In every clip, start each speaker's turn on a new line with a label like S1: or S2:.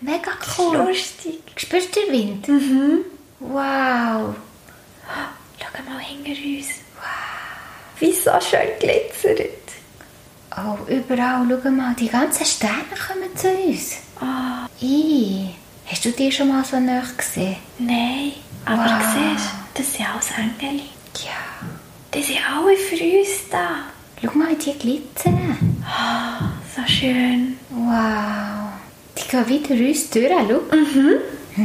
S1: Mega cool.
S2: Lustig.
S1: Spürst du den Wind?
S2: Mhm.
S1: Wow.
S2: Schau mal hinter uns. Wow. Wie so schön glitzert.
S1: Oh, überall. Schau mal, die ganzen Sterne kommen zu uns.
S2: Ah.
S1: I. Hast du die schon mal so nah gesehen?
S2: Nein, aber
S1: Wow.
S2: siehst du, das sind alles Engel.
S1: Ja.
S2: Die sind alle für uns da. Ah,
S1: Schau mal, wie die glitzern.
S2: So schön.
S1: Wow. Die gehen wieder uns durch, schau.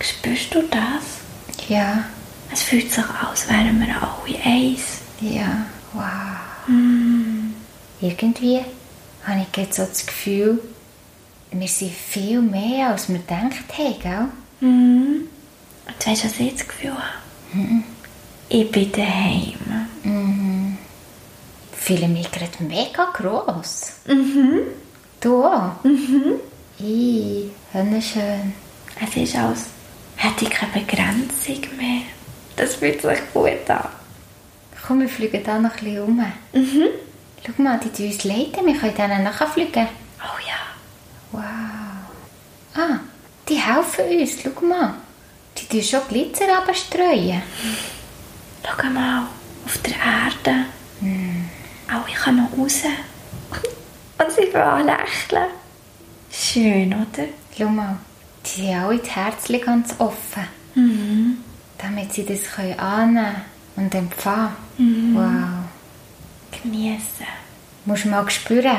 S2: Spürst du das?
S1: Ja.
S2: Es fühlt sich an, als wären wir alle eins.
S1: Ja. Wow.
S2: Mhm.
S1: Irgendwie habe ich jetzt so das Gefühl, wir sind viel mehr, als wir gedacht haben, gell?
S2: Mhm. Und weißt du, was ich das Gefühl habe? Mhm. Ich bin daheim.
S1: Ich fühle mich gerade mega gross. Mhm. Du auch? Mhm. I, wunderschön.
S2: Es ist, als hätte ich keine Begrenzung mehr. Das fühlt sich gut an.
S1: Komm, wir fliegen da noch ein bisschen rum. Mhm. Schau mal, die tun uns leiten, wir können denen nachfliegen.
S2: Oh ja.
S1: Wow. Ah, die helfen uns, schau mal. Die tun schon Glitzer runterstreuen.
S2: Schau mal, auf der Erde. Alle kommen raus. Mm. Und sie fangen lächeln. Schön, oder?
S1: Schau mal, die sind alle die Herzen ganz offen.
S2: Mm.
S1: Damit sie das können annehmen und empfangen. Mhm. Wow.
S2: Genießen.
S1: musst du mal spüren,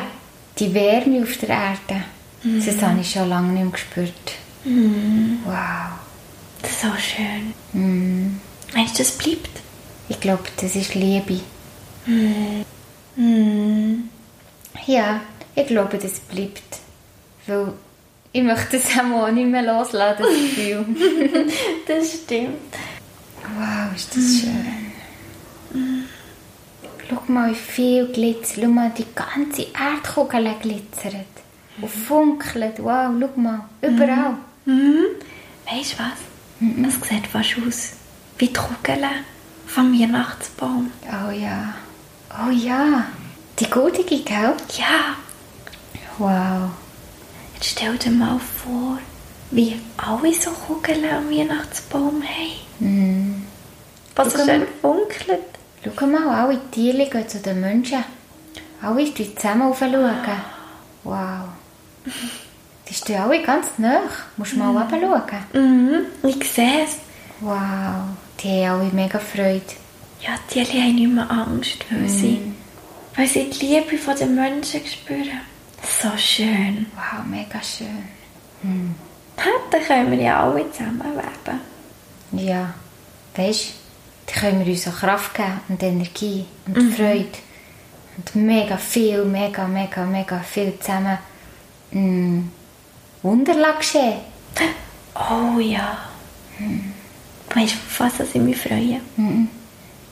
S1: die Wärme auf der Erde. Das habe ich schon lange nicht mehr gespürt. Wow.
S2: So schön.
S1: Mm.
S2: Meinst du, das bleibt?
S1: Ich glaube, das ist Liebe. Ja, ich glaube, das bleibt. Weil ich möchte das auch nicht mehr loslassen, das Gefühl.
S2: Das stimmt.
S1: wow, ist das schön. Schau mal, wie viel Glitzer. Schau mal, die ganze Erdkugel glitzert. Und funkelt. Wow, schau mal. Überall.
S2: Mm. Weißt du was? Es sieht fast aus wie die Kugeln vom Weihnachtsbaum.
S1: Oh ja. Oh ja. Die goldige, gell?
S2: Ja,
S1: Wow.
S2: jetzt stell dir mal vor, wie alle so Kugeln am Weihnachtsbaum haben. Was so
S1: Schau
S2: schön funkelt.
S1: Schau mal, alle Tiere gehen zu den Menschen. Alle stehen zusammen aufschauen. Wow. Die stehen alle ganz nah. Musst mal runterschauen.
S2: Mhm, ich sehe es.
S1: Wow. Die haben alle mega Freude.
S2: Ja, die alle haben nicht mehr Angst, weil, sie, weil sie die Liebe von den Menschen spüren. So schön.
S1: Wow, mega schön.
S2: Ha, Dann können wir ja alle zusammenleben.
S1: Ja. Weisst du, die können wir uns auch Kraft geben und Energie und Freude. Und mega viel, mega, mega, mega viel zusammen. Mm. Wunderla geschehen.
S2: Oh ja. Hm. Weißt du, auf was dass ich mich freue?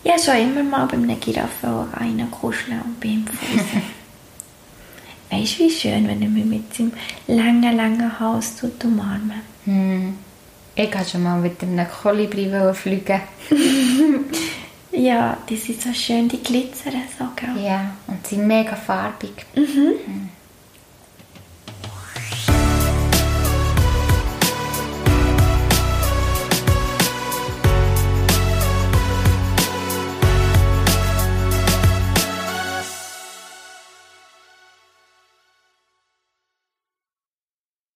S2: Ich habe schon immer mal bei einem Giraffen einen kuscheln und bei ihm fussen. weißt du, wie schön, wenn er mich mit seinem langen, langen Hals tut umarmen.
S1: Hm. Ich wollte schon mal mit einem Kolibri fliegen.
S2: Ja, die sind so schön, die glitzern so, gell?
S1: Ja, und sie sind mega farbig.
S2: Mhm.
S1: Hm.